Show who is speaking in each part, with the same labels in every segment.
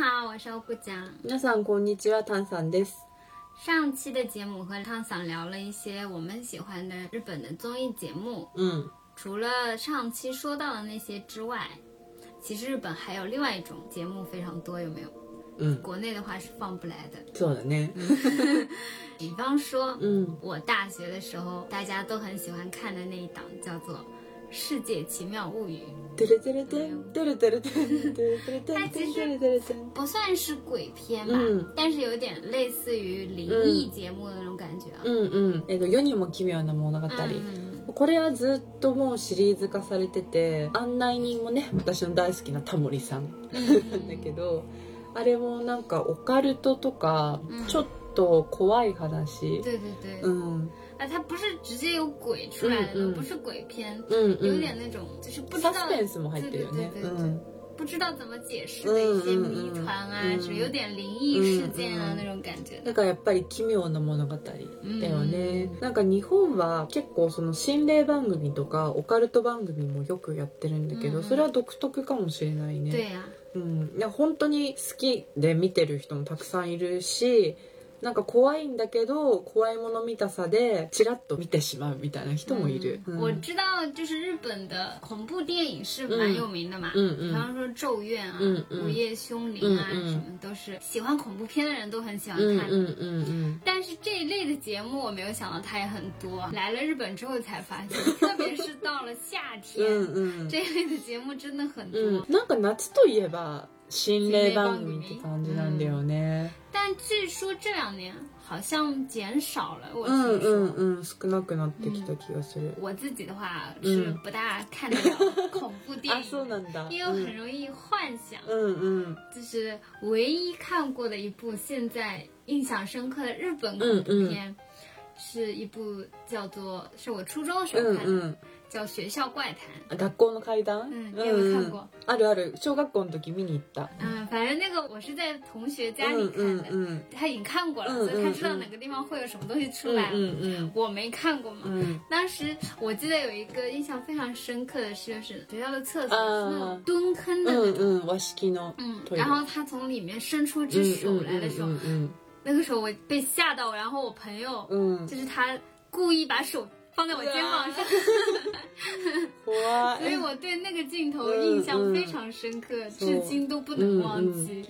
Speaker 1: 好，我是欧布酱。
Speaker 2: 皆さんこんにちは、炭酸です。
Speaker 1: 上期的节目和汤桑聊了一些我们喜欢的日本的综艺节目，
Speaker 2: 嗯，
Speaker 1: 除了上期说到的那些之外，其实日本还有另外一种节目非常多，有没有？
Speaker 2: 嗯，
Speaker 1: 国内的话是放不来的。
Speaker 2: そうだね。
Speaker 1: 比方说，
Speaker 2: 嗯，
Speaker 1: 我大学的时候大家都很喜欢看的那一档叫做。世界奇妙物语
Speaker 2: てれてれてん、てれてれてん、てれてれてん、てれてれてれてん。
Speaker 1: 不算是鬼片吧，
Speaker 2: 嗯
Speaker 1: 但是有点类似于灵异节目的那种感觉啊。
Speaker 2: うんうん。えっと、世にも奇妙な物語。
Speaker 1: 嗯
Speaker 2: これはずっともうシリーズ化されてて、案内人もね、私の大好きなタモリさんだけど、あれもなんかオカルトとか
Speaker 1: うん、
Speaker 2: ちょっと怖い話。
Speaker 1: 对对对，
Speaker 2: 嗯うん。
Speaker 1: 啊，它不是直接有鬼出来的，
Speaker 2: 嗯嗯嗯
Speaker 1: 不是鬼片，
Speaker 2: うんう
Speaker 1: 有点
Speaker 2: ん。
Speaker 1: 那种就是不知道
Speaker 2: サスペンスも入ってるよ
Speaker 1: 对对对
Speaker 2: ね。う
Speaker 1: 对对
Speaker 2: ん。
Speaker 1: 不知道怎么解释的一些谜团啊，
Speaker 2: 嗯嗯嗯
Speaker 1: 是有点灵异事件啊、
Speaker 2: 嗯嗯
Speaker 1: 那种感觉的。
Speaker 2: だからやっぱり奇妙な物語だよね、
Speaker 1: うん
Speaker 2: なんか日本は結構その心霊番組とかオカルト番組もよくやってるんだけど、
Speaker 1: うん
Speaker 2: それは独特かもしれないね
Speaker 1: 对啊呀、
Speaker 2: うん、いや本当に好きで見てる人もたくさんいるしなんか怖いんだけど怖いもの見たさでチラッと見てしまうみたいな人もいる、うん
Speaker 1: 嗯我知道，就是日本的恐怖电影是蛮有名的嘛，
Speaker 2: 嗯嗯
Speaker 1: 比方说《咒怨》啊，
Speaker 2: 嗯嗯
Speaker 1: 午夜凶铃》啊，
Speaker 2: 嗯嗯嗯
Speaker 1: 什么都是喜欢恐怖片的人都很喜欢
Speaker 2: うんうん
Speaker 1: 看。
Speaker 2: うんうん
Speaker 1: 但是这一类的节目，我没有想到它也很多。来了日本之后才发现，特别是到了夏天，
Speaker 2: うんうん
Speaker 1: 这一类的节目真的很多。
Speaker 2: うんなんか夏といえば心霊番組って感じなんだよね、
Speaker 1: 但据说这两年好像减少了，我
Speaker 2: う
Speaker 1: 听
Speaker 2: ん
Speaker 1: 说。
Speaker 2: うんうん少なくなってきた気がする、
Speaker 1: 我自己的话
Speaker 2: 嗯
Speaker 1: 是不大看得 了恐怖电
Speaker 2: あ
Speaker 1: 影
Speaker 2: そう
Speaker 1: 的，
Speaker 2: なんだ
Speaker 1: 因为我很容易幻想。
Speaker 2: うんうん
Speaker 1: 就是唯一看过的一部现在印象深刻的日本恐
Speaker 2: 嗯
Speaker 1: 怖片，是一部叫做是我初中的时
Speaker 2: う
Speaker 1: 候
Speaker 2: ん
Speaker 1: 看的，
Speaker 2: うん
Speaker 1: 叫《学校怪谈》。
Speaker 2: 学校の階段
Speaker 1: うん
Speaker 2: う
Speaker 1: でも
Speaker 2: んう
Speaker 1: 看
Speaker 2: ん
Speaker 1: 過
Speaker 2: あるある小学校の時見に行った
Speaker 1: 嗯，反正那个我是在同学家
Speaker 2: うん
Speaker 1: 里
Speaker 2: う
Speaker 1: 看
Speaker 2: ん
Speaker 1: 的，
Speaker 2: うん
Speaker 1: 他已经看过了，
Speaker 2: 嗯
Speaker 1: 所以他知道
Speaker 2: 嗯嗯嗯
Speaker 1: 哪个地方会有什么东西出
Speaker 2: うん
Speaker 1: 来。
Speaker 2: うん
Speaker 1: 我没看过嘛，
Speaker 2: うんうん
Speaker 1: 当时我记得有一个印象非常深刻的是，就是学校的厕所
Speaker 2: 啊
Speaker 1: 是那种蹲坑的
Speaker 2: う
Speaker 1: 那
Speaker 2: ん
Speaker 1: 种，
Speaker 2: うん和式の
Speaker 1: 嗯
Speaker 2: トイレ
Speaker 1: 然后他从里面伸出一
Speaker 2: うん
Speaker 1: 只手来的时候，
Speaker 2: うんうん
Speaker 1: 那个时候我被吓到，然后我朋友
Speaker 2: うんうん
Speaker 1: 就是他故意把手放在我肩膀上，
Speaker 2: 怖
Speaker 1: 所以
Speaker 2: い
Speaker 1: 我对那个镜头印象非常深刻，至今都不能忘记。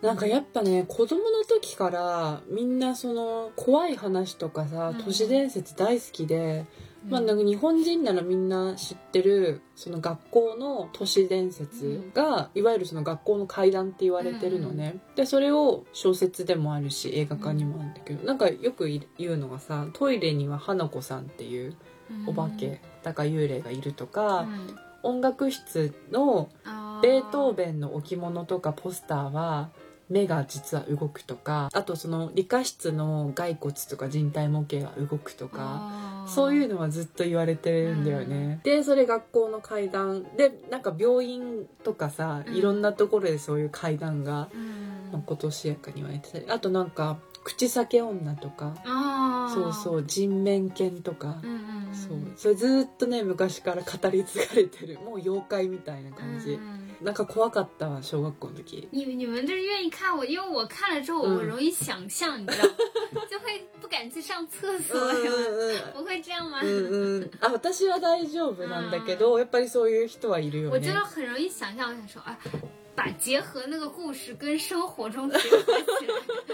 Speaker 2: なんかやっぱね子供の時からみんなその怖い話とかさ
Speaker 1: うん
Speaker 2: 都市伝説大好きで、
Speaker 1: 嗯
Speaker 2: まあ、なんか日本人ならみんな知ってるその学校の都市伝説が、いわゆるその学校の怪談って言われてるのね、でそれを小説でもあるし映画化にもあるんだけど、なんかよくい言うのがさトイレには花子さんっていうお化けだか幽霊がいるとか、
Speaker 1: 嗯，
Speaker 2: 音楽室の
Speaker 1: 嗯
Speaker 2: ベートーベンの置物とかポスターは目が実は動くとかあとその理科室の骸骨とか人体模型は動くとか。
Speaker 1: 哦
Speaker 2: そういうのはずっと言われてるんだよね。で、それ学校の階段。で、なんか病院とかさ、
Speaker 1: うん
Speaker 2: いろんなところでそういう階段が、まあ
Speaker 1: 嗯
Speaker 2: 今年やかに言われてたり。あとなんか、口裂け女とか、
Speaker 1: 哦，
Speaker 2: そうそう、人面犬とか、
Speaker 1: 嗯嗯嗯，
Speaker 2: そう。それずっとね、昔から語り継がれてる。もう妖怪みたいな感じ。
Speaker 1: 嗯
Speaker 2: なんか怖かったわ、小学校の時。
Speaker 1: 你你们就是愿意看我，因为我看了之后，我
Speaker 2: 嗯
Speaker 1: 容易想象，你知道吗？就会不敢去上厕
Speaker 2: うん
Speaker 1: 所
Speaker 2: う
Speaker 1: 什么的，
Speaker 2: んう ん。
Speaker 1: 不会这样吗？
Speaker 2: うんうん、あ私は大丈夫なんだけど、やっぱりそういう人はいるよね。
Speaker 1: 我真的很容易想象，我想说啊，把结合那个故事跟生活中结合起来。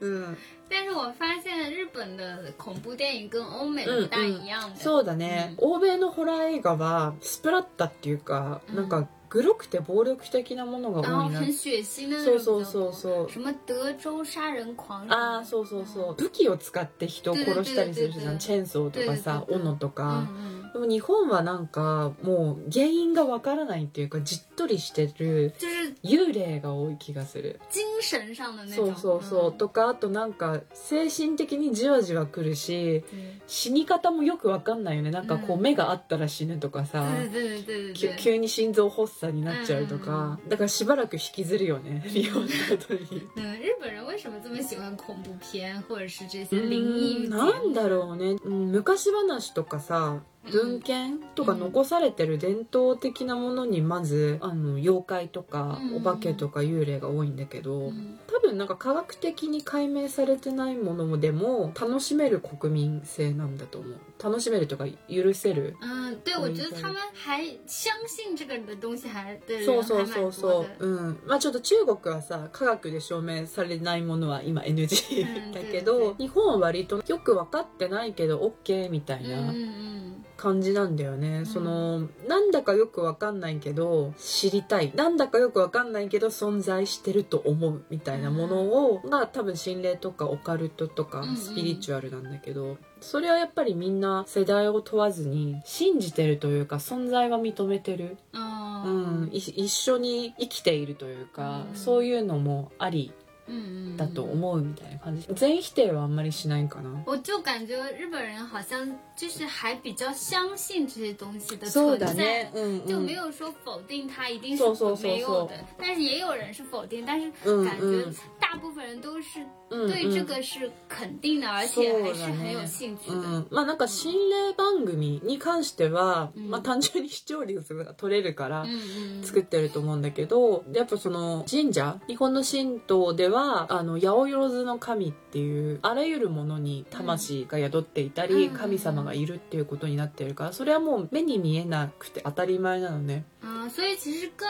Speaker 2: うん、
Speaker 1: 但是我发现日本的恐怖电影跟欧美的不大一样的，
Speaker 2: そうだね、欧米のホラー映画はスプラッタっていうか、
Speaker 1: うん
Speaker 2: なんかグロくて暴力的なものが
Speaker 1: 然后
Speaker 2: 多いな
Speaker 1: 很血腥的那
Speaker 2: そ
Speaker 1: 种，
Speaker 2: うそうそうそう
Speaker 1: 什么德州杀人狂什么的，
Speaker 2: ああそうそうそう武器を使って人を殺したりするじゃ
Speaker 1: 对对对对对
Speaker 2: んチェーンソーとかさ
Speaker 1: 对对对对
Speaker 2: 斧とか、
Speaker 1: 嗯嗯，
Speaker 2: でも日本はなんかもう原因がわからないっていうかじっとりしてる
Speaker 1: 就是
Speaker 2: 幽霊が多い気がする
Speaker 1: 精神上的那
Speaker 2: そ
Speaker 1: 种，
Speaker 2: うそうそう、
Speaker 1: 嗯
Speaker 2: とかあとなんか精神的にじわじわ来るし
Speaker 1: 对
Speaker 2: 死に方もよくわかんないよねなんかこう
Speaker 1: うん
Speaker 2: 目があったら死ぬとかさ、
Speaker 1: 对对对对
Speaker 2: 急
Speaker 1: 对对。
Speaker 2: 急に心臓発作になっちゃうとか、だからしばらく引きずるよね日本だとに。
Speaker 1: 嗯，日本人为什么这么喜欢恐怖片，或者是这些灵异节
Speaker 2: うん
Speaker 1: 目？
Speaker 2: なんだろうね、うん昔話とかさ、文献とか
Speaker 1: うん
Speaker 2: 残されてる伝統的なものにまずあの妖怪とか
Speaker 1: うん
Speaker 2: お化けとか幽霊が多いんだけ
Speaker 1: う
Speaker 2: ど
Speaker 1: ん
Speaker 2: 多分なんか科学的に解明されてないものでも楽しめる国民性なんだと思う楽しめるとか許せる
Speaker 1: 嗯，对，我觉得他们还相信这个的东西还的人
Speaker 2: そう
Speaker 1: 还
Speaker 2: そ
Speaker 1: 蛮
Speaker 2: うそう
Speaker 1: 多
Speaker 2: そ
Speaker 1: 的。
Speaker 2: ううんまあちょっと中国はさ科学で証明されないものは今 NG だけ
Speaker 1: うん
Speaker 2: ど、
Speaker 1: うん
Speaker 2: 日本は割とよく分かってないけど OK みたいな
Speaker 1: 嗯嗯
Speaker 2: 感じなんだよね、
Speaker 1: ん
Speaker 2: そのなんだかよく分かんないけど知りたいなんだかよく分かんないけど存在してると思うみたいなものを、が多分心霊とかオカルトとか
Speaker 1: うんうん
Speaker 2: スピリチュアルなんだけど、それはやっぱりみんな世代を問わずに信じてるというか存在は認めてる
Speaker 1: 嗯
Speaker 2: うん
Speaker 1: 哦，
Speaker 2: い一緒に生きているというか、
Speaker 1: うん
Speaker 2: そういうのもあり
Speaker 1: 嗯嗯，
Speaker 2: だと思うみたいな感じ、全否定はあんまりしないかな
Speaker 1: 我就感觉日本人好像就是还比较相信这些东西的
Speaker 2: そう
Speaker 1: 存
Speaker 2: だ
Speaker 1: 在
Speaker 2: ね。うん、
Speaker 1: 就
Speaker 2: う
Speaker 1: 没
Speaker 2: ん
Speaker 1: 有说否定它一定是
Speaker 2: そうそうそうそう
Speaker 1: 没有的，但是也有人是否定，但是
Speaker 2: 嗯
Speaker 1: 感觉
Speaker 2: 嗯
Speaker 1: 大部分人都是
Speaker 2: うん
Speaker 1: 对这个是肯定的，而且还是很有兴趣
Speaker 2: う
Speaker 1: 的。
Speaker 2: ん、まあなんか心霊番組に関しては、
Speaker 1: うん
Speaker 2: まあ単純に視聴率が取れるから
Speaker 1: 嗯嗯，
Speaker 2: 作ってると思うんだけど、やっぱその神社日本の神道ではあの八百万の神っていうあらゆるものに魂が宿っていたり、
Speaker 1: うん
Speaker 2: 神様がいるっていうことになってるからそれはもう目に見えなくて当たり前なのね
Speaker 1: 啊，所以其实跟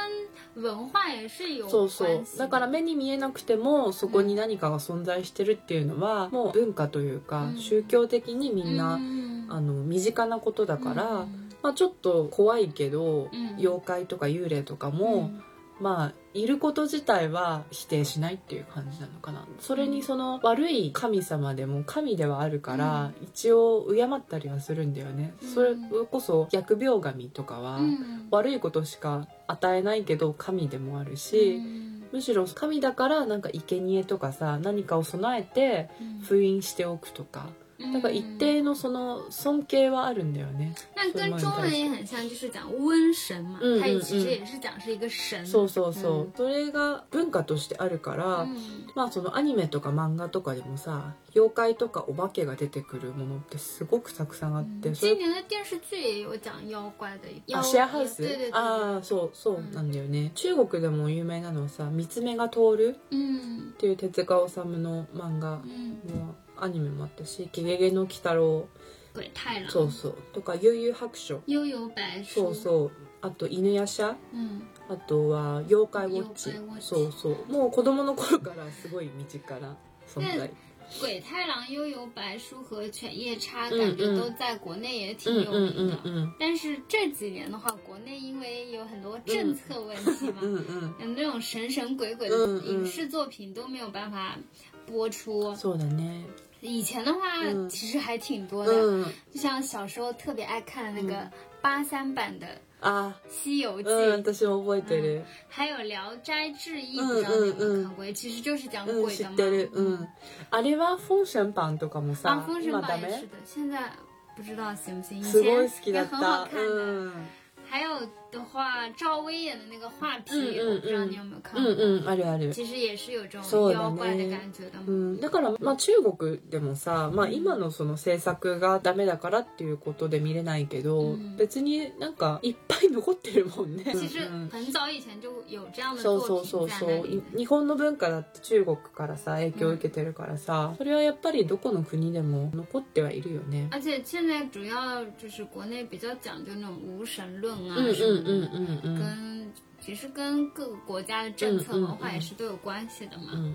Speaker 1: 文化也是有
Speaker 2: そう
Speaker 1: 关
Speaker 2: そ
Speaker 1: 系
Speaker 2: う
Speaker 1: 的。
Speaker 2: だから目に見えなくてもそこに何かが存在してるっていうのはもう文化というか、
Speaker 1: うん
Speaker 2: 宗教的にみんな、
Speaker 1: 嗯
Speaker 2: あの身近なことだから、
Speaker 1: 嗯
Speaker 2: まあ、ちょっと怖いけど、
Speaker 1: うん
Speaker 2: 妖怪とか幽霊とかも、
Speaker 1: 嗯
Speaker 2: まあいること自体は否定しないっていう感じなのかなそれ
Speaker 1: う
Speaker 2: に
Speaker 1: ん
Speaker 2: その悪い神様でも神ではあるから、一応敬ったりはするんだよね、
Speaker 1: うん
Speaker 2: それこそ疫病神とかは、
Speaker 1: 嗯，
Speaker 2: 悪いことしか与えないけど神でもあるし、
Speaker 1: 嗯
Speaker 2: むしろ神だからなんか生贄とかさ何かを備えて
Speaker 1: 嗯
Speaker 2: 封印しておくとかだから一定のその尊敬はあるんだよね、
Speaker 1: 那跟中文也很像，就是讲瘟神嘛
Speaker 2: 嗯，
Speaker 1: 它也其实
Speaker 2: 嗯嗯
Speaker 1: 也是讲是一个神。
Speaker 2: そうそうそう、
Speaker 1: うん
Speaker 2: それが文化としてあるから、
Speaker 1: 嗯
Speaker 2: まあそのアニメとか漫画とかでもさ妖怪とかお化けが出てくるものってすごくたくさんあって、
Speaker 1: 嗯
Speaker 2: そ
Speaker 1: 今
Speaker 2: れ
Speaker 1: 年的电视剧也有讲妖怪的，妖
Speaker 2: あシェアハウス
Speaker 1: 对对对，
Speaker 2: ああそうそうなんだよね、中国でも有名なのはさ「三つ目が通る」
Speaker 1: 嗯
Speaker 2: っていう手塚治虫の漫画
Speaker 1: 嗯，
Speaker 2: もアニメもあったし「ゲゲゲの鬼太郎
Speaker 1: 鬼太」郎，
Speaker 2: そうそうとか「悠々白書
Speaker 1: 幽游白」书，
Speaker 2: そうそうあと「犬夜叉」
Speaker 1: 嗯
Speaker 2: あとは妖怪ウォッチ
Speaker 1: 妖怪ウォッチ
Speaker 2: そうそうもう子供の頃からすごい身近な存在
Speaker 1: 鬼太郎、幽游白书和犬夜叉，
Speaker 2: 嗯
Speaker 1: 感觉
Speaker 2: 嗯
Speaker 1: 都在国内也
Speaker 2: う
Speaker 1: 挺
Speaker 2: ん
Speaker 1: 有
Speaker 2: うん
Speaker 1: 名的。
Speaker 2: うん
Speaker 1: 但是这几年的话，国内因为有很多
Speaker 2: 嗯
Speaker 1: 政策问题嘛，
Speaker 2: うんうん
Speaker 1: 有那种神神鬼鬼的
Speaker 2: 嗯嗯
Speaker 1: 影视作品都没有办法播出。
Speaker 2: そうだね
Speaker 1: 以前的话，
Speaker 2: 嗯
Speaker 1: 其实还挺多的，
Speaker 2: うん
Speaker 1: 就像小时候特别爱看
Speaker 2: 嗯
Speaker 1: 那个八三版的《
Speaker 2: あ
Speaker 1: 西游记》
Speaker 2: うん私も覚えてる
Speaker 1: 还有《聊斋志异》，
Speaker 2: 嗯
Speaker 1: 不知道你有没
Speaker 2: 嗯
Speaker 1: 有
Speaker 2: 嗯
Speaker 1: 看过？其实就是讲
Speaker 2: うん
Speaker 1: 鬼
Speaker 2: 知
Speaker 1: 的
Speaker 2: っ
Speaker 1: 嘛。
Speaker 2: てるうんあれはフォンシェンパンとかも
Speaker 1: 啊
Speaker 2: さ，
Speaker 1: 封神
Speaker 2: 今ダ
Speaker 1: 榜也
Speaker 2: メ
Speaker 1: 是的，现在不知道行不行，以
Speaker 2: すご
Speaker 1: 前
Speaker 2: い好きだ
Speaker 1: 也
Speaker 2: っ
Speaker 1: 很好
Speaker 2: た
Speaker 1: 看
Speaker 2: う
Speaker 1: 的。
Speaker 2: ん
Speaker 1: 还有的话，赵薇演的那个画皮，
Speaker 2: 嗯嗯
Speaker 1: 我不知道你有没有看
Speaker 2: う
Speaker 1: 过，
Speaker 2: んうんあるある
Speaker 1: 其实也是有这
Speaker 2: そう
Speaker 1: 种妖
Speaker 2: だね
Speaker 1: 怪的感觉的
Speaker 2: う
Speaker 1: 嘛。
Speaker 2: ん、だから、まあ、中国でもさ、まあ、今のその政策がダメだからっていうことで見れないけど、
Speaker 1: うん
Speaker 2: 別になんかいっぱい残ってるもんね。
Speaker 1: 其实
Speaker 2: うんうん
Speaker 1: 很早以前就有这样的
Speaker 2: そうそ
Speaker 1: 作
Speaker 2: うそ
Speaker 1: 品在那
Speaker 2: うそう
Speaker 1: 里
Speaker 2: い
Speaker 1: 的。
Speaker 2: 日本の文化だって中国からさ影響を受けてるからさ、それはやっぱりどこの国でも残ってはいるよね。
Speaker 1: 而且现在主要就是国内比较讲究那种无神论啊
Speaker 2: うんうん
Speaker 1: 什么
Speaker 2: う
Speaker 1: 的，
Speaker 2: んうん
Speaker 1: 嗯
Speaker 2: うん
Speaker 1: 跟其实跟各个国家的政策文化也是都有关系的嘛。
Speaker 2: うん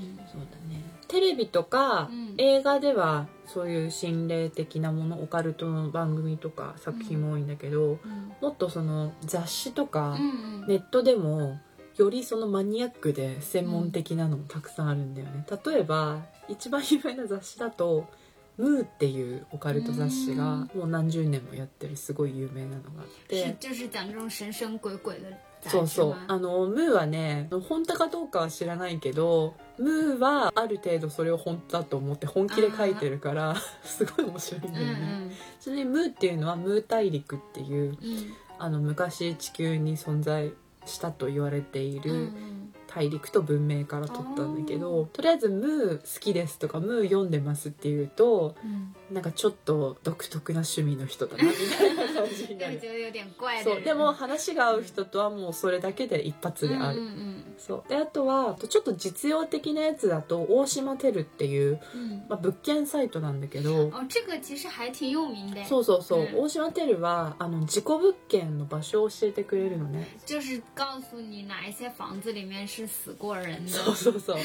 Speaker 1: 嗯
Speaker 2: そうだねテレビとか
Speaker 1: うん
Speaker 2: 映画ではそういう心霊的なものオカルトの番組とか作品も多いんだけど、
Speaker 1: 嗯
Speaker 2: もっとその雑誌とか
Speaker 1: 嗯
Speaker 2: ネットでもよりそのマニアックで専門的なのもたくさんあるんだよね、例えば一番有名な雑誌だと「ムー」っていうオカルト雑誌がもう何十年もやってるすごい有名なのがあっ
Speaker 1: 嗯，是
Speaker 2: て。
Speaker 1: 就是讲这种神神鬼鬼的杂志
Speaker 2: そう
Speaker 1: 吗？
Speaker 2: そうあのムーはね本当かどうかは知らないけどムーはある程度それを本当だと思って本気で書いてるからすごい面白いんだよね、
Speaker 1: 嗯
Speaker 2: ちなみにムーっていうのはムー大陸っていう
Speaker 1: 嗯
Speaker 2: あの昔地球に存在したと言われてい
Speaker 1: 嗯
Speaker 2: る
Speaker 1: 嗯
Speaker 2: 大陸と文明から取ったんだけどとりあえず「ムー好きです」とか「ムー読んでます」っていうと
Speaker 1: 嗯，
Speaker 2: なんかちょっと独特な趣味の人だなみたいな感じにな
Speaker 1: 但是。
Speaker 2: る
Speaker 1: 觉得有点怪的
Speaker 2: そう
Speaker 1: 人。
Speaker 2: でも話が合う人とはもうそれだけで一発である、
Speaker 1: 嗯嗯
Speaker 2: そうであとはちょっと実用的なやつだと大島テルっていう、
Speaker 1: 嗯
Speaker 2: まあ、物件サイトなんだけど
Speaker 1: 嗯，哦，这个其实还挺有名的，
Speaker 2: そうそうそう、
Speaker 1: うん
Speaker 2: 大島テルはあの事故物件の場所を教えてくれるのね
Speaker 1: 就是告诉你哪一些房子里面是死过人的，
Speaker 2: そうそうそう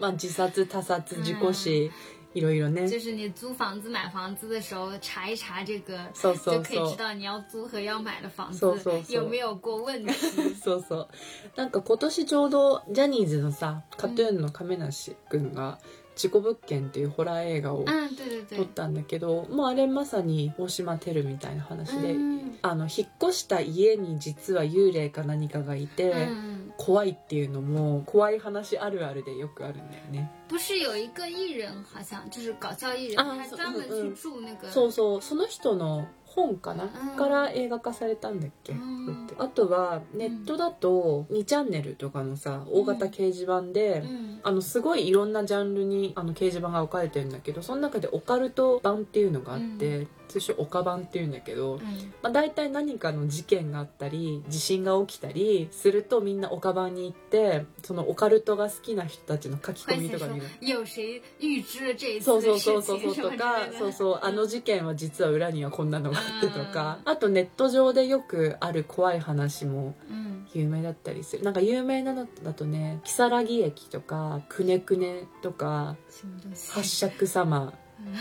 Speaker 2: まあ自殺他殺事故死、いろいろね
Speaker 1: 就是你租房子、买房子的时候查一查这个，
Speaker 2: そうそ
Speaker 1: 就
Speaker 2: う
Speaker 1: 可以
Speaker 2: そ
Speaker 1: 知
Speaker 2: う
Speaker 1: 道你要租和要买的房子
Speaker 2: そうそうそう
Speaker 1: 有没有过问题。
Speaker 2: そうそうなんか今年ちょうどジャニーズのさ KAT−TUN の亀梨君が「事故物件」っていうホラー映画を
Speaker 1: 嗯，对对
Speaker 2: 撮
Speaker 1: 对，
Speaker 2: ったんだけどもうあれまさに大島テルみたいな話で、
Speaker 1: 嗯
Speaker 2: あの引っ越した家に実は幽霊か何かがいて、
Speaker 1: 嗯，
Speaker 2: 怖いっていうのも怖い話あるあるでよくあるんだよね
Speaker 1: 嗯不是有一个艺人，好像就是搞笑艺人，
Speaker 2: 啊
Speaker 1: 他
Speaker 2: 是
Speaker 1: 专门去
Speaker 2: 嗯嗯
Speaker 1: 住那个，
Speaker 2: そうそうその人の本かな、
Speaker 1: うん
Speaker 2: から映画化されたんだっけ、
Speaker 1: うん
Speaker 2: あとはネットだと2チャンネルとかのさ大型掲示板で、
Speaker 1: 嗯
Speaker 2: あのすごいいろんなジャンルにあの掲示板が置かれてるんだけどその中でオカルト版っていうのがあって、通称オカ版っていうんだけど、
Speaker 1: 嗯
Speaker 2: まあ、大体何かの事件があったり地震が起きたりするとみんなオカバンに行ってそのオカルトが好きな人たちの書き込み
Speaker 1: 会先
Speaker 2: とか
Speaker 1: 说
Speaker 2: 見る。
Speaker 1: 有谁预知了这一
Speaker 2: そ
Speaker 1: 次
Speaker 2: うそ
Speaker 1: 的事
Speaker 2: うそうそう
Speaker 1: 情
Speaker 2: そ
Speaker 1: 什么
Speaker 2: うと
Speaker 1: 之
Speaker 2: か
Speaker 1: 类的？
Speaker 2: そうそうあの事件は実は裏にはこんなのがあってとか
Speaker 1: う
Speaker 2: あとネット上でよくある怖い話も
Speaker 1: 嗯
Speaker 2: 有名だったりするなんか有名なのだとね「如月駅」とか「くねくね」とか
Speaker 1: 什么东
Speaker 2: 「
Speaker 1: 西？
Speaker 2: 八尺様」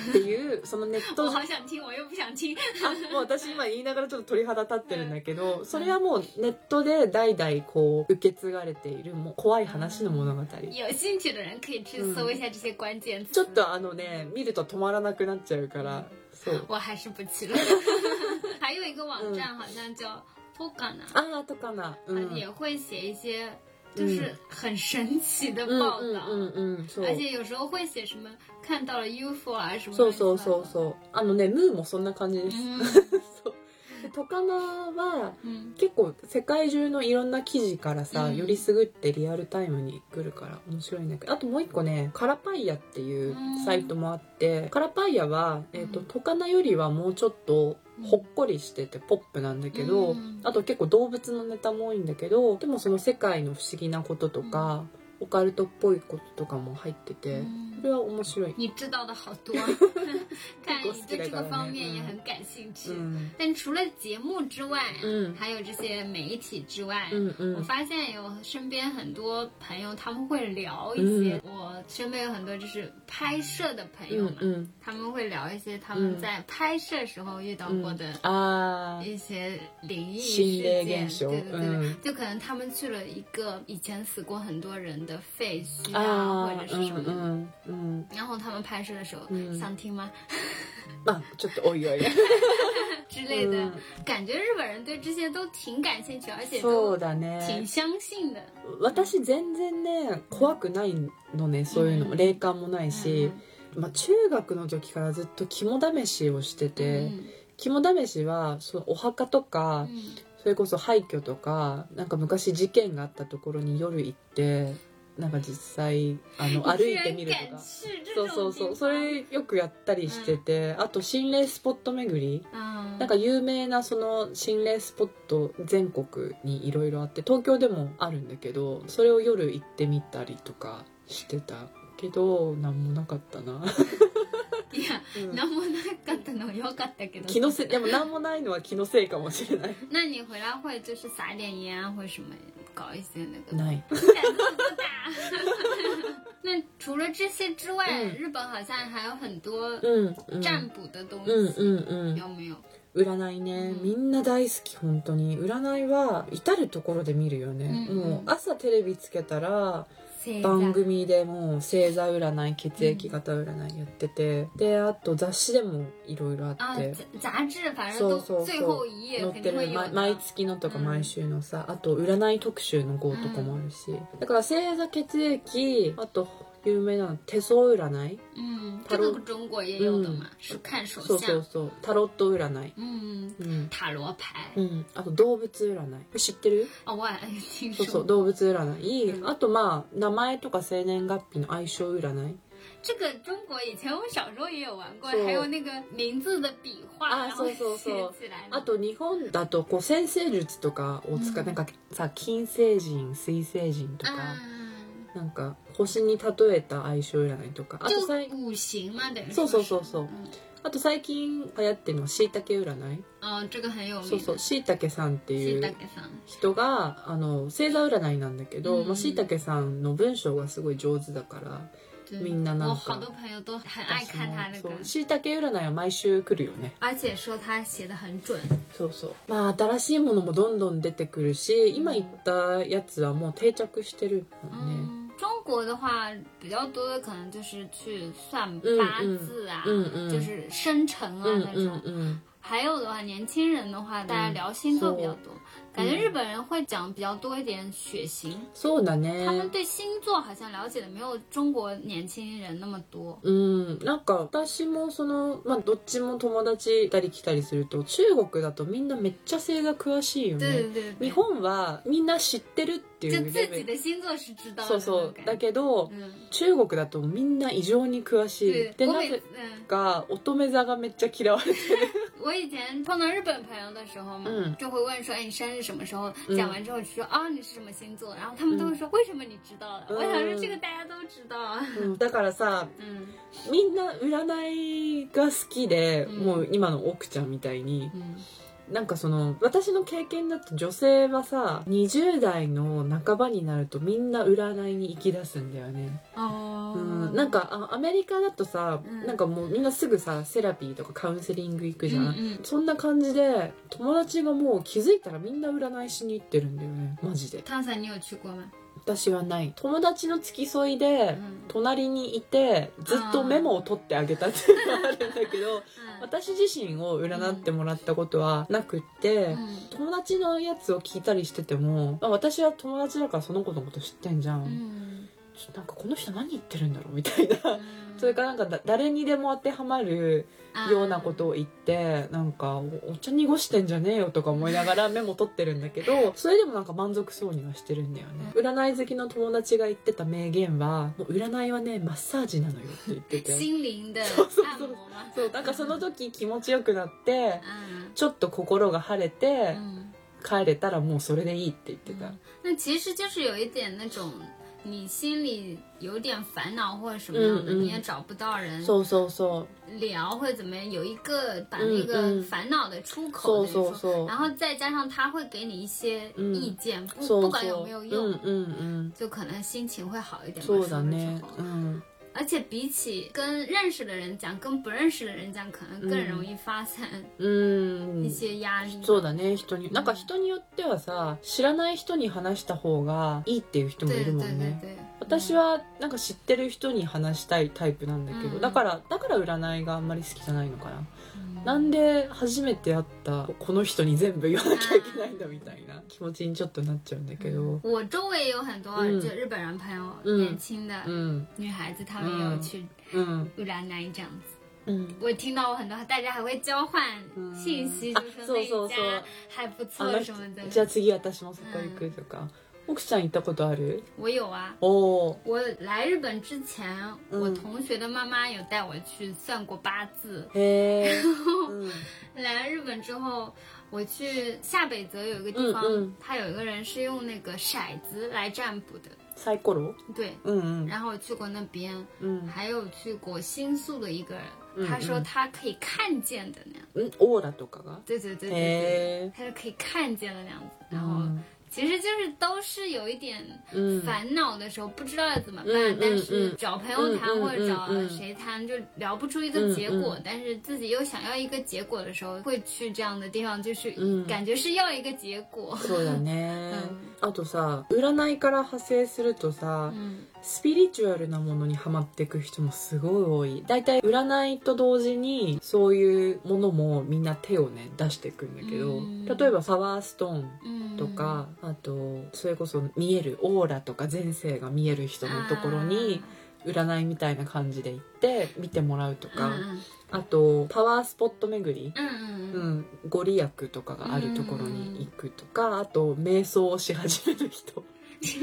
Speaker 2: っていうそのネッ
Speaker 1: 我
Speaker 2: ト上
Speaker 1: 好想听，我又不想听。
Speaker 2: あもう私今言いながらちょっと鳥肌立ってるんだけどそれはもうネットで代々こう受け継がれているもう怖い話の物語ち
Speaker 1: 有兴趣的人可以
Speaker 2: 嗯
Speaker 1: 去搜一下这些关键词。
Speaker 2: ょっとあのね見ると止まらなくなっちゃうからそう
Speaker 1: 我还是不去 了。 还有一个
Speaker 2: 嗯
Speaker 1: 网站好像叫 Togana，、
Speaker 2: ああとかなうんうん
Speaker 1: 也会写一些
Speaker 2: 嗯
Speaker 1: 就是很神奇的
Speaker 2: うん
Speaker 1: 报道。
Speaker 2: うんうんそう
Speaker 1: 而且有时候会写什么看到了 UFO 啊什么
Speaker 2: そ
Speaker 1: 乱
Speaker 2: う
Speaker 1: 七
Speaker 2: そ
Speaker 1: 八
Speaker 2: う
Speaker 1: 糟
Speaker 2: そう
Speaker 1: 的。
Speaker 2: そうあのねムーもそんな感じです
Speaker 1: 嗯
Speaker 2: そうでトカナは
Speaker 1: 嗯
Speaker 2: 結構世界中のいろんな記事からさ、
Speaker 1: うん
Speaker 2: よりすぐってリアルタイムに来るから面白いんだけどあともう一個ねカラパイヤっていうサイトもあって、カラパイヤは、えーと
Speaker 1: うん
Speaker 2: トカナよりはもうちょっと
Speaker 1: うん
Speaker 2: ほっこりしててポップなんだけど、
Speaker 1: うん
Speaker 2: あと結構動物のネタも多いんだけどでもその世界の不思議なこととか、オカルトっぽいこととかも入ってて、
Speaker 1: 嗯
Speaker 2: これは面白い。
Speaker 1: 你知道的好多，看你对这个方面也很感兴趣。
Speaker 2: うん
Speaker 1: 但除了节目之外、啊
Speaker 2: 嗯
Speaker 1: 还有这些媒体之外，
Speaker 2: うんう
Speaker 1: 我
Speaker 2: ん
Speaker 1: 发现有身边很多朋友他们会聊一些，我身边有很多就是拍摄的朋
Speaker 2: う
Speaker 1: 友
Speaker 2: ん
Speaker 1: 嘛，
Speaker 2: うん
Speaker 1: 他们会聊一些他们在拍摄时候遇到
Speaker 2: 嗯
Speaker 1: 过的
Speaker 2: あー
Speaker 1: 一些灵异
Speaker 2: 心
Speaker 1: 事
Speaker 2: 霊
Speaker 1: 件，
Speaker 2: 现象
Speaker 1: 对对对。
Speaker 2: 嗯
Speaker 1: 就可能他们去了一个以前死过很多人的废墟啊，
Speaker 2: あ
Speaker 1: 或者
Speaker 2: ー
Speaker 1: 是什么的。
Speaker 2: うんうんうん
Speaker 1: 然后他们拍摄的时候，
Speaker 2: 嗯
Speaker 1: 想听吗
Speaker 2: まあちょっとおいおい
Speaker 1: 之类的、
Speaker 2: 嗯
Speaker 1: 感觉日本人对这些都挺感兴趣，而且 都
Speaker 2: そうだ
Speaker 1: 挺
Speaker 2: ね
Speaker 1: 相信的。
Speaker 2: 私全然ね怖くないのねそういうのも
Speaker 1: うん
Speaker 2: 霊感もないし、まあ、中学の時からずっと肝試しをしてて、
Speaker 1: 嗯
Speaker 2: 肝試しはそのお墓とか、
Speaker 1: 嗯，
Speaker 2: それこそ廃墟とかなんか昔事件があったところに夜行ってなんか実際あ の
Speaker 1: 你
Speaker 2: 歩
Speaker 1: 居
Speaker 2: い
Speaker 1: 然
Speaker 2: てみると
Speaker 1: 敢
Speaker 2: か。
Speaker 1: 去这种
Speaker 2: そうそう
Speaker 1: 地
Speaker 2: そう
Speaker 1: 方
Speaker 2: それよくやったりしてて、あと心霊スポット巡り
Speaker 1: 嗯，
Speaker 2: なんか有名なその心霊スポット全国にいろいろあって東京でもあるんだけどそれを夜行ってみたりとかしてたけど何もなかったな
Speaker 1: いや、
Speaker 2: うん
Speaker 1: 何もなかったの良かったけど。
Speaker 2: 気のせいでも何もないのは気のせいかもしれない
Speaker 1: 那你回来会就是撒点盐啊，或者什么搞一些那个
Speaker 2: ない
Speaker 1: 感动不大。 那除了这些之外，
Speaker 2: 嗯
Speaker 1: 日本好像还有很多
Speaker 2: うんうん
Speaker 1: 占卜的东西，
Speaker 2: うんうんうん
Speaker 1: 有没有？
Speaker 2: 占いね
Speaker 1: うん
Speaker 2: みんな大好き本当に占いは至る所で見るよね、
Speaker 1: うんうん
Speaker 2: もう朝テレビつけたら
Speaker 1: 星
Speaker 2: 番
Speaker 1: 座
Speaker 2: 組でもう星座占い血液型占いやってて、であと雑誌でもいろいろあ
Speaker 1: 啊
Speaker 2: っ，て、
Speaker 1: 杂杂志反正都
Speaker 2: 搜搜
Speaker 1: 最
Speaker 2: 搜
Speaker 1: 后一页肯
Speaker 2: 載って
Speaker 1: 定会
Speaker 2: る
Speaker 1: 有
Speaker 2: ま
Speaker 1: 的。
Speaker 2: 毎月のとか
Speaker 1: うん
Speaker 2: 毎週のさ、あと占い特集の号とかもあるし、だから星座血液あと有名なの手相占い
Speaker 1: 嗯，
Speaker 2: 塔
Speaker 1: 这
Speaker 2: 罗
Speaker 1: 个中国也有的嘛，
Speaker 2: 嗯
Speaker 1: 是看手
Speaker 2: そうそう
Speaker 1: 相。
Speaker 2: そうタロット占い
Speaker 1: 嗯，
Speaker 2: うん、
Speaker 1: 塔罗牌
Speaker 2: うん、あと動物占い知ってる
Speaker 1: 啊，我也听
Speaker 2: そうそう
Speaker 1: 说。
Speaker 2: 動物占い、
Speaker 1: うん
Speaker 2: あとまあ名前とか生年月日の相性占い
Speaker 1: 这个中国以前我小时候也有玩过，
Speaker 2: そう
Speaker 1: 还有那个名字的笔画，
Speaker 2: 啊
Speaker 1: 然后
Speaker 2: そうそうそう
Speaker 1: 写起来的。
Speaker 2: あと日本だとこう先生術とかを使
Speaker 1: う
Speaker 2: う、
Speaker 1: ん
Speaker 2: なんかさ金星人水星人とか、
Speaker 1: 嗯，
Speaker 2: なんか星に例えた相性占いとかあとさい
Speaker 1: 就五行嘛，等于
Speaker 2: そう
Speaker 1: 说
Speaker 2: そ
Speaker 1: 是
Speaker 2: うそうそう
Speaker 1: 嗯
Speaker 2: あと最近流行ってるのはしいたけ占い
Speaker 1: 嗯，这个很有名。
Speaker 2: そうそうしいたけさんってい
Speaker 1: 是大
Speaker 2: う
Speaker 1: 概上。
Speaker 2: 人があの星座占いなんだけど、
Speaker 1: うん
Speaker 2: まあ、しいたけさんの文章がすごい上手だから
Speaker 1: 对
Speaker 2: みんななんか
Speaker 1: 我好多朋友都很爱看他那个，
Speaker 2: しいたけ占いは毎週来るよね
Speaker 1: 而且说他写的很准。
Speaker 2: そうそうまあ新しいものもどんどん出てくるし今言ったやつはもう定着してるもんね、
Speaker 1: 嗯，中国的话比较多的可能就是去算八字啊，
Speaker 2: 嗯嗯嗯嗯
Speaker 1: 就是生辰啊
Speaker 2: うん
Speaker 1: 那
Speaker 2: う
Speaker 1: 种。
Speaker 2: んうん
Speaker 1: 还有的话，年轻人的
Speaker 2: 嗯
Speaker 1: 话，大家聊星座比较多，感觉日本人会讲比较多一点血型，
Speaker 2: そうだ
Speaker 1: 他们
Speaker 2: ね
Speaker 1: 对星座好像了解的没有中国年轻人那么多。
Speaker 2: うん、なんか私もその、まあ、どっちも友達いたり来たりすると中国だとみんなめっちゃ星座詳しいよ
Speaker 1: 对对
Speaker 2: ね
Speaker 1: 对对，
Speaker 2: 日本はみんな知ってるってい
Speaker 1: 就
Speaker 2: うレ
Speaker 1: 自
Speaker 2: ベ
Speaker 1: 己
Speaker 2: ル
Speaker 1: 的星座是知道的
Speaker 2: そう
Speaker 1: 那
Speaker 2: そ
Speaker 1: 种
Speaker 2: う
Speaker 1: 感觉。
Speaker 2: だけど
Speaker 1: 嗯，
Speaker 2: 中国だとみんな異常に詳しい
Speaker 1: 对，
Speaker 2: で
Speaker 1: 我
Speaker 2: な
Speaker 1: 每
Speaker 2: ぜ
Speaker 1: 次嗯。
Speaker 2: か乙女座がめっちゃ嫌われて
Speaker 1: 我以前碰到日本朋友的时候嘛，
Speaker 2: 嗯
Speaker 1: 就会问说，哎，你生日什么时候？
Speaker 2: 嗯
Speaker 1: 讲完之后就说，啊，你是什么星座？然后他们都会说，为什么你知道了？
Speaker 2: 嗯
Speaker 1: 我想说，这个大家都知道啊。
Speaker 2: る、だからさ
Speaker 1: 嗯
Speaker 2: みんな占いが好きで、
Speaker 1: うん
Speaker 2: もう今の奥ちゃんみたいに
Speaker 1: 嗯
Speaker 2: なんかその私の経験だと女性はさ20代の半ばになるとみんな占いに行き出すんだよね、
Speaker 1: 哦
Speaker 2: うん、なんかあアメリカだとさ、
Speaker 1: うん
Speaker 2: なんかもうみんなすぐさセラピーとかカウンセリング行くじゃん、
Speaker 1: 嗯嗯
Speaker 2: そんな感じで友達がもう気づいたらみんな占いしに行ってるんだよねマジで
Speaker 1: 汤森，你有去过吗？
Speaker 2: 私はない友達の付き添いで
Speaker 1: 嗯
Speaker 2: 隣にいてずっとメモを取ってあげたっていうのがあるんだけど
Speaker 1: 嗯
Speaker 2: 私自身を占ってもらったことはなくって、
Speaker 1: 嗯
Speaker 2: 友達のやつを聞いたりしてても、まあ、私は友達だからその子のこと知ってんじゃん、
Speaker 1: 嗯
Speaker 2: ちょなんかこの人何言ってるんだろうみたいな、
Speaker 1: 嗯
Speaker 2: それかなんかだ誰にでも当てはまる
Speaker 1: 啊
Speaker 2: ようなことを言ってなんかおお茶濁してんじゃねえよとか思いながら メモ取ってるんだけどそれでもなんか満足そうにはしてるんだよね占い好きの友達が言ってた名言は「もう占いはねマッサージなのよ」って言ってて
Speaker 1: 心灵的
Speaker 2: そうそうそう
Speaker 1: 按摩吗？
Speaker 2: そうなんかその時気持ちよくなって
Speaker 1: 嗯
Speaker 2: ちょっと心が晴れて
Speaker 1: 嗯。
Speaker 2: 帰れたらもうそれでいいって言ってた
Speaker 1: 嗯那其实就是有一点那种，你心里有点烦恼或者什么
Speaker 2: 嗯
Speaker 1: 样的，
Speaker 2: 嗯
Speaker 1: 你也找不到人
Speaker 2: そうそうそう
Speaker 1: 聊或者怎么样，有一个把那
Speaker 2: 嗯
Speaker 1: 个
Speaker 2: 嗯
Speaker 1: 烦恼的出口等
Speaker 2: そう
Speaker 1: 于
Speaker 2: そう
Speaker 1: 说。
Speaker 2: そう
Speaker 1: 然后再加上他会给你一些
Speaker 2: 嗯
Speaker 1: 意见，不
Speaker 2: そう
Speaker 1: 不
Speaker 2: そ
Speaker 1: 管有
Speaker 2: う
Speaker 1: 没有
Speaker 2: う
Speaker 1: 用
Speaker 2: ん、うんうん
Speaker 1: 就可能心情会好一点吧。
Speaker 2: そうだ
Speaker 1: 说了
Speaker 2: ね
Speaker 1: 之后
Speaker 2: うん
Speaker 1: 嗯而且比起跟认识的人讲，跟不认识的人讲，可能更
Speaker 2: 嗯
Speaker 1: 容易发散
Speaker 2: うん
Speaker 1: 一些压力。
Speaker 2: そうだね人になんか人によってはさ知らない人に话した方がいいっていう人もい
Speaker 1: 对
Speaker 2: る
Speaker 1: 对
Speaker 2: もん
Speaker 1: 对
Speaker 2: ね
Speaker 1: 对。
Speaker 2: 私はなんか知ってる人に話したいタイプなんだけど、
Speaker 1: うん
Speaker 2: だからだから占いがあんまり好きじゃないのかな、
Speaker 1: 嗯
Speaker 2: なんで初めて会ったこの人に全部言わなきゃいけないんだみたいな気持ちにちょっとなっちゃうんだけど
Speaker 1: 我周围也有很多
Speaker 2: 嗯
Speaker 1: 就日本人朋友，
Speaker 2: 嗯
Speaker 1: 年轻的
Speaker 2: うん
Speaker 1: 女孩子，她们也有去
Speaker 2: うん
Speaker 1: 占南这样子。
Speaker 2: うん
Speaker 1: 我听到我很多，大家还会交换
Speaker 2: 嗯
Speaker 1: 信息，
Speaker 2: 啊
Speaker 1: 就说那
Speaker 2: そうそう
Speaker 1: 一
Speaker 2: そう
Speaker 1: 家还
Speaker 2: 啊
Speaker 1: 不错什么的。
Speaker 2: じゃあ次私もそこ行くとか、奥ちゃん行ったことある
Speaker 1: 我有啊，
Speaker 2: おお
Speaker 1: 我来日本之前，
Speaker 2: 嗯
Speaker 1: 我同学的妈妈有带我去算过八字。
Speaker 2: へえ、うん
Speaker 1: 来日本之后，我去下北泽有一个地方
Speaker 2: 嗯嗯，
Speaker 1: 他有一个人是用那个骰子来占卜的，
Speaker 2: サイコロ
Speaker 1: 对。
Speaker 2: うんうん
Speaker 1: 然后我去过那边，
Speaker 2: うん
Speaker 1: 还有去过新宿的一个
Speaker 2: 嗯
Speaker 1: 人，他说他可以看见的那样，
Speaker 2: うんオーラとかが
Speaker 1: 对对对对对，
Speaker 2: へえ
Speaker 1: 他说可以看见的那样子。
Speaker 2: う
Speaker 1: 然后
Speaker 2: ん
Speaker 1: 其实就是都是有一点
Speaker 2: うん
Speaker 1: 烦恼的时候，不知道要怎么
Speaker 2: 嗯嗯
Speaker 1: 办，
Speaker 2: 嗯
Speaker 1: 但是
Speaker 2: 嗯
Speaker 1: 找朋友谈
Speaker 2: 嗯嗯
Speaker 1: 或者找呃
Speaker 2: 嗯嗯嗯
Speaker 1: 谁谈就聊不出一个结果，但是自己又想要一个结果的时候，会去这样的地方，就是
Speaker 2: 嗯
Speaker 1: 感觉是要一个结果。
Speaker 2: そうだね、
Speaker 1: う
Speaker 2: あとさ占いから派生するとさ、
Speaker 1: 嗯
Speaker 2: スピリチュアルなものにハマっていく人もすごい多い大体占いと同時にそういうものもみんな手をね出していくんだけど、
Speaker 1: うん
Speaker 2: 例えばパワーストーン
Speaker 1: 嗯，
Speaker 2: とか、あとそれこそ見えるオーラとか前世が見える人のところに
Speaker 1: 啊
Speaker 2: 占いみたいな感じで行って見てもらうと
Speaker 1: うんう
Speaker 2: か、
Speaker 1: ん
Speaker 2: あとパワースポット巡り、
Speaker 1: うん
Speaker 2: う
Speaker 1: うん
Speaker 2: ん、ご利益とかがあるところに行くとか、あと瞑想をし始める人そ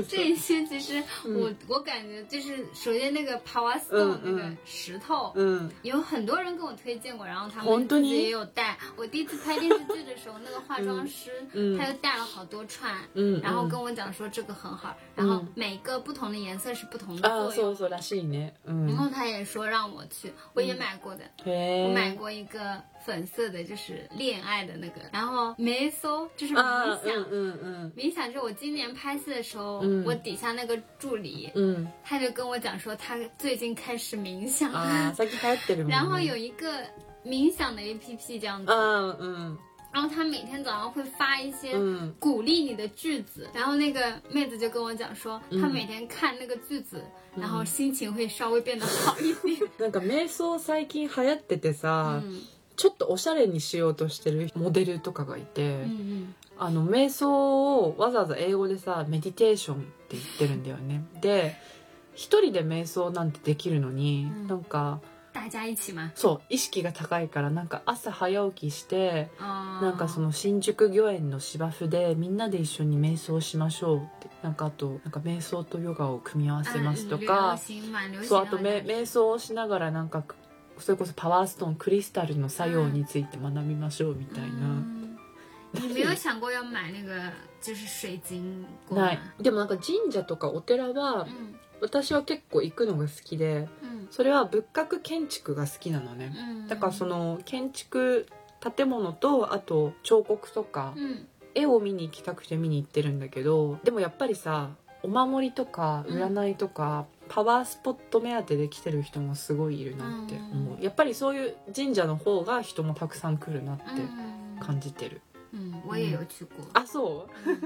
Speaker 2: うそう
Speaker 1: 这一些其实
Speaker 2: 嗯
Speaker 1: 我、我感觉就是首先那个 Power Stone 那
Speaker 2: 嗯
Speaker 1: 个
Speaker 2: 嗯
Speaker 1: 石头。
Speaker 2: うん
Speaker 1: 有很多人跟我推荐过，然后他们
Speaker 2: 本当
Speaker 1: 自
Speaker 2: に
Speaker 1: 己也有带。我第一次拍电视剧的时候，那个化妆师、
Speaker 2: 嗯
Speaker 1: 他就带了好多串，
Speaker 2: うん
Speaker 1: 然后
Speaker 2: うん
Speaker 1: 跟我讲说这个很好，然后
Speaker 2: 嗯
Speaker 1: 每个不同的颜色是不同的
Speaker 2: あー
Speaker 1: 作
Speaker 2: そ
Speaker 1: 用。
Speaker 2: うそうらしいね、う
Speaker 1: 然
Speaker 2: ん、
Speaker 1: 后他也说让我去，我也买过的，
Speaker 2: へ
Speaker 1: 我买
Speaker 2: え
Speaker 1: 过一个粉色的，就是恋爱的那个，然后没搜，就是
Speaker 2: あ
Speaker 1: 冥
Speaker 2: ー
Speaker 1: 想。
Speaker 2: うんうん
Speaker 1: 冥想就是我今年拍戏的时候，
Speaker 2: 嗯
Speaker 1: 我底下那个助理，
Speaker 2: うんうん
Speaker 1: 他就跟我讲说他最近开始冥想，
Speaker 2: あ あ最近流行ってるもん ね
Speaker 1: 然后有一个冥想的 A P P 这样子，
Speaker 2: あーうん
Speaker 1: 然后他每天早上会发一些
Speaker 2: うん
Speaker 1: 鼓励你的句子，然后那个妹子就跟我讲说，
Speaker 2: 嗯
Speaker 1: 她每天看那个句子，然后心情会稍微变得好一 点。
Speaker 2: なんか瞑想最近流行っててさ、
Speaker 1: 嗯
Speaker 2: ちょっとおしゃれにしようとしてるモデルとかがいて、
Speaker 1: 嗯
Speaker 2: あの瞑想をわざわざ英語でさメディテーションって言ってるんだよねで一人で瞑想なんてできるのに、
Speaker 1: うん
Speaker 2: なん
Speaker 1: 嗯，
Speaker 2: か
Speaker 1: 大家一起嘛。
Speaker 2: そう意識が高いからなんか朝早起きして
Speaker 1: 啊、
Speaker 2: なんかその新宿御苑の芝生でみんなで一緒に瞑想しましょうってなんかあとなんか瞑想とヨガを組み合わせますと
Speaker 1: 嗯
Speaker 2: か
Speaker 1: 流、行蛮流行的
Speaker 2: そうあとめ瞑想をしながらなんかそれこそパワーストーンクリスタルの作用について学びましょうみたいな、
Speaker 1: 嗯你没有想过要买那个就是水晶果
Speaker 2: ない
Speaker 1: 吗？
Speaker 2: でもなんか神社とかお寺は
Speaker 1: 嗯
Speaker 2: 私は結構行くのが好きで
Speaker 1: 嗯
Speaker 2: それは仏閣建築が好きなのね
Speaker 1: 嗯。
Speaker 2: だからその建築建物とあと彫刻とか
Speaker 1: 嗯
Speaker 2: 絵を見に行きたくて見に行ってるんだけどでもやっぱりさお守りとか
Speaker 1: うん
Speaker 2: 占いとか、パワースポット目当てで来てる人もすごいいるなって思う、
Speaker 1: う
Speaker 2: やっぱりそういう神社の方が人もたくさん来るなって
Speaker 1: 嗯
Speaker 2: 感じてる、
Speaker 1: 嗯，我也有去过。
Speaker 2: あそう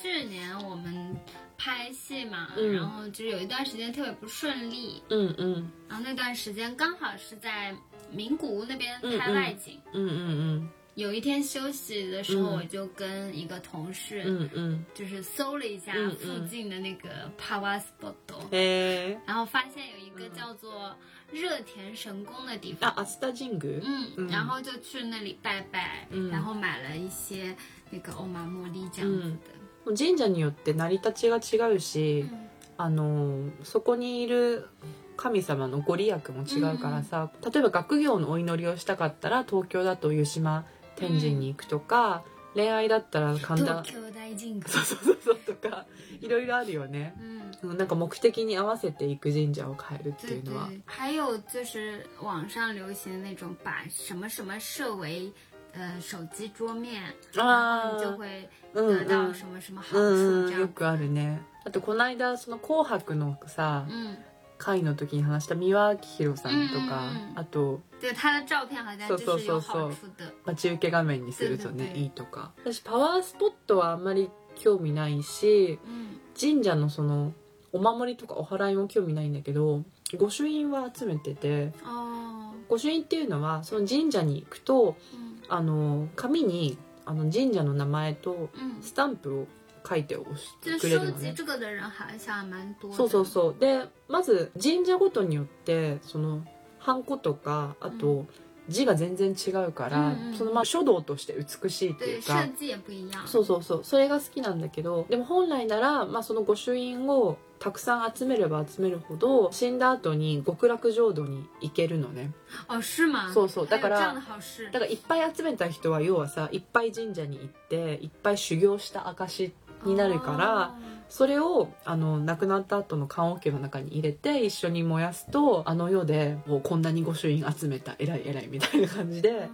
Speaker 1: 去年我们拍戏嘛，
Speaker 2: 嗯
Speaker 1: 然后就是有一段时间特别不顺利，
Speaker 2: うんうん
Speaker 1: 然后那段时间刚好是在名古屋那边
Speaker 2: 嗯
Speaker 1: 拍
Speaker 2: 嗯
Speaker 1: 外景。
Speaker 2: うんうん
Speaker 1: 有一天休息的时候，
Speaker 2: 嗯
Speaker 1: 我就跟一个同事、
Speaker 2: うんうんうん
Speaker 1: 就是搜了一下
Speaker 2: 嗯
Speaker 1: 附
Speaker 2: 嗯
Speaker 1: 近的那个 Power Spot，、
Speaker 2: へえ
Speaker 1: 然后发现有一个叫做热田神宫的地方
Speaker 2: あ。熱田神宮
Speaker 1: 嗯，
Speaker 2: 啊嗯
Speaker 1: 然后就去那里拜拜，
Speaker 2: 嗯
Speaker 1: 然后买了一些那个欧玛茉莉这样子的。
Speaker 2: 神社によって成り立ちが違うし、
Speaker 1: 嗯
Speaker 2: あのそこにいる神様のご利益も違うからさ、例えば学業のお祈りをしたかったら東京だと湯島天神に行くとか、恋愛だったら神田
Speaker 1: 東京大神宮。
Speaker 2: そうそうそうそうとかいろいろあるよね
Speaker 1: 嗯，
Speaker 2: うんなんか目的に合わせて行く神社を変えるって
Speaker 1: 对
Speaker 2: いう
Speaker 1: 对
Speaker 2: のは。
Speaker 1: 还有就是网上流行的那种把什么什么设为呃手机桌面，然
Speaker 2: あ
Speaker 1: 后你就
Speaker 2: ー
Speaker 1: 会
Speaker 2: うん
Speaker 1: 得
Speaker 2: う
Speaker 1: 到
Speaker 2: ん
Speaker 1: 什么什么好
Speaker 2: うん
Speaker 1: 处
Speaker 2: う
Speaker 1: 这
Speaker 2: んよ
Speaker 1: 样。
Speaker 2: くあるねあとこの間その「紅白」のさ
Speaker 1: 嗯，
Speaker 2: 会の時に話した三輪明宏さんとか、
Speaker 1: うんうんうん
Speaker 2: あと
Speaker 1: 对，它的照片好像就是有好处的。
Speaker 2: 待ち受け画面にすると
Speaker 1: そう
Speaker 2: ね
Speaker 1: だね
Speaker 2: いいとか私パワースポットはあんまり興味ないし
Speaker 1: 嗯
Speaker 2: 神社のそのお守りとかお祓いも興味ないんだけど御朱印は集めてて
Speaker 1: 哦
Speaker 2: 御朱印っていうのはその神社に行くと
Speaker 1: 嗯
Speaker 2: あの紙にあの神社の名前と
Speaker 1: 嗯，
Speaker 2: スタンプを書いて押して
Speaker 1: 就
Speaker 2: くれる
Speaker 1: 收
Speaker 2: の
Speaker 1: 集
Speaker 2: ね
Speaker 1: 这个的人好像还蛮多的。
Speaker 2: そうそうそうでまず神社ごとによってそのハンコとかあ
Speaker 1: う
Speaker 2: と字が全然違うから、
Speaker 1: うんうん
Speaker 2: そのまあ書道として美しいってい
Speaker 1: 对，
Speaker 2: う
Speaker 1: 设
Speaker 2: か
Speaker 1: 计也不一样。
Speaker 2: そうそうそうそれが好きなんだけどでも本来なら、まあ、その御朱印をたくさん集めれば集めるほど死んだ後に極楽浄土に行けるのね
Speaker 1: 哦，是吗？
Speaker 2: そうそうだ
Speaker 1: 还
Speaker 2: か
Speaker 1: 有这样的
Speaker 2: ら
Speaker 1: 好事
Speaker 2: だ。からいっぱい集めた人は要はさいっぱい神社に行っていっぱい修行した証になるから
Speaker 1: 哦
Speaker 2: それをあの亡くなった後の棺桶の中に入れて一緒に燃やすとあの世でもうこんなに御朱印集めた偉い偉いみたいな感じで
Speaker 1: 哦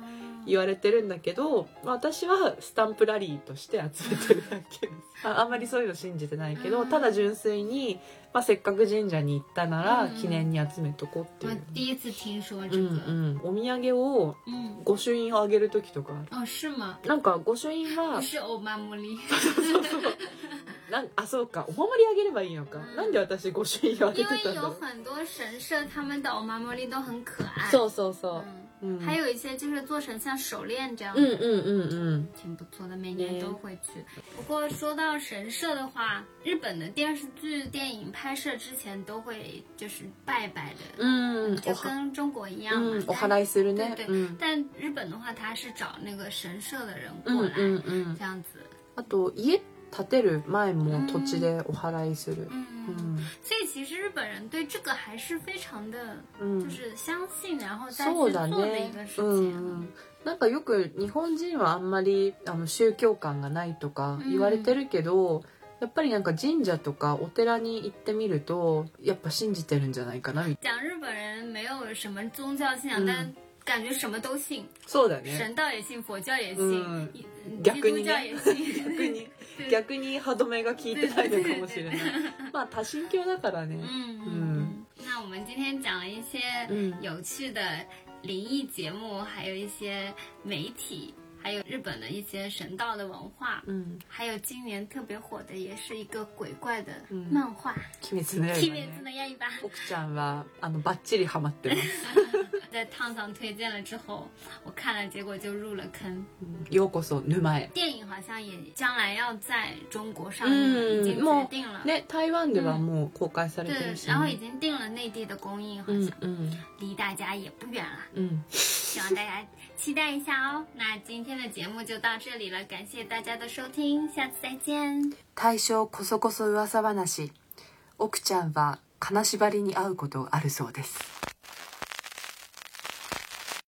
Speaker 2: 言われてるんだけど、まあ、私はスタンプラリーとして集めてるだけですああんまりそういうの信じてないけど、
Speaker 1: うん
Speaker 2: ただ純粋に、まあ、せっかく神社に行ったなら
Speaker 1: うん
Speaker 2: 記念に集めとこうってい
Speaker 1: 我
Speaker 2: う、
Speaker 1: 第一次听说
Speaker 2: う
Speaker 1: 这
Speaker 2: ん
Speaker 1: 个。
Speaker 2: うんお土産を
Speaker 1: 嗯，
Speaker 2: 御朱印をあげる時とかある
Speaker 1: 哦，是吗？
Speaker 2: なんか御朱印
Speaker 1: 不
Speaker 2: は
Speaker 1: 是欧巴茉莉，
Speaker 2: なんあそうかお守りあげればいいのか、
Speaker 1: うん
Speaker 2: なんで私御朱印をあげ
Speaker 1: 因
Speaker 2: てた
Speaker 1: 为有
Speaker 2: んだろう
Speaker 1: 很多神社他们的欧巴茉莉都很可爱。
Speaker 2: そうそうそう、
Speaker 1: 嗯
Speaker 2: 嗯
Speaker 1: 还有一些就是做成像手链这样，
Speaker 2: 嗯嗯嗯嗯，
Speaker 1: 挺不错的，每
Speaker 2: ね
Speaker 1: 年都会去。不过说到神社的话，日本的电视剧、电影拍摄之前都会就是拜拜的，
Speaker 2: うん、お
Speaker 1: 就
Speaker 2: は、
Speaker 1: 跟中国一
Speaker 2: う
Speaker 1: 样嘛。
Speaker 2: ん、お
Speaker 1: 但
Speaker 2: 祓いする
Speaker 1: 对
Speaker 2: ね。
Speaker 1: 对，
Speaker 2: うん、
Speaker 1: 但日本的话，他是找那个神社的人
Speaker 2: うん、
Speaker 1: 过来、
Speaker 2: うん、うん。
Speaker 1: 这样子。
Speaker 2: あと家建てる前も土地でお祓いする。う
Speaker 1: 嗯，
Speaker 2: ん、
Speaker 1: 所以其实日本人对这个还是非常的，
Speaker 2: うん
Speaker 1: 就。是相信，然后再去
Speaker 2: そうだ
Speaker 1: 做的
Speaker 2: ね
Speaker 1: 一个事。
Speaker 2: う
Speaker 1: 情。
Speaker 2: ん。なんかよく日本人はあんまりあの宗教観がないとか言われてるけど、やっぱりなんか神社とかお寺に行ってみるとやっぱ信じてるんじゃないかなみたい
Speaker 1: 讲日本人没有什么宗教信仰，
Speaker 2: 嗯
Speaker 1: 但感觉什么都信，
Speaker 2: な。そうだ
Speaker 1: 神。道也信，佛教也信，
Speaker 2: 嗯
Speaker 1: 一
Speaker 2: 逆
Speaker 1: 基
Speaker 2: に
Speaker 1: 督教
Speaker 2: ね
Speaker 1: 也信。
Speaker 2: 逆に
Speaker 1: 对
Speaker 2: 逆に歯止めが効いてないのかもしれない。 まあ多神教だからね。
Speaker 1: 嗯嗯
Speaker 2: 嗯
Speaker 1: 嗯。那我们今天讲了一些
Speaker 2: 嗯
Speaker 1: 有趣的灵异节目，还有一些媒体，还有日本的一些神道的文化。
Speaker 2: うん。
Speaker 1: 还有今年特别火的，也是一个鬼怪的
Speaker 2: 嗯
Speaker 1: 漫画
Speaker 2: 鬼滅の
Speaker 1: 《
Speaker 2: 刃、ね。
Speaker 1: 鬼灭の刃》，
Speaker 2: 奥ちゃんはあのバッチリハマってます。
Speaker 1: 在烫烫推荐了之后，我看了，结果就入了坑。
Speaker 2: うんようこそ沼へ。
Speaker 1: 电影好像也将来要在中国上映，已
Speaker 2: 嗯
Speaker 1: 经决定了。
Speaker 2: ね台湾ではもう公開されて
Speaker 1: 对
Speaker 2: る，し、
Speaker 1: 然后已
Speaker 2: ね。
Speaker 1: 经定了内地的公映，好
Speaker 2: うん
Speaker 1: 像、
Speaker 2: うん
Speaker 1: 离大家也不远了，
Speaker 2: うん。
Speaker 1: 希望大家期待一下哦。那今天的节目就到这里了，感谢大家的收听，下次再见。
Speaker 2: 大正こそこそ噂話。奥ちゃんは金縛りに会うことあるそうです。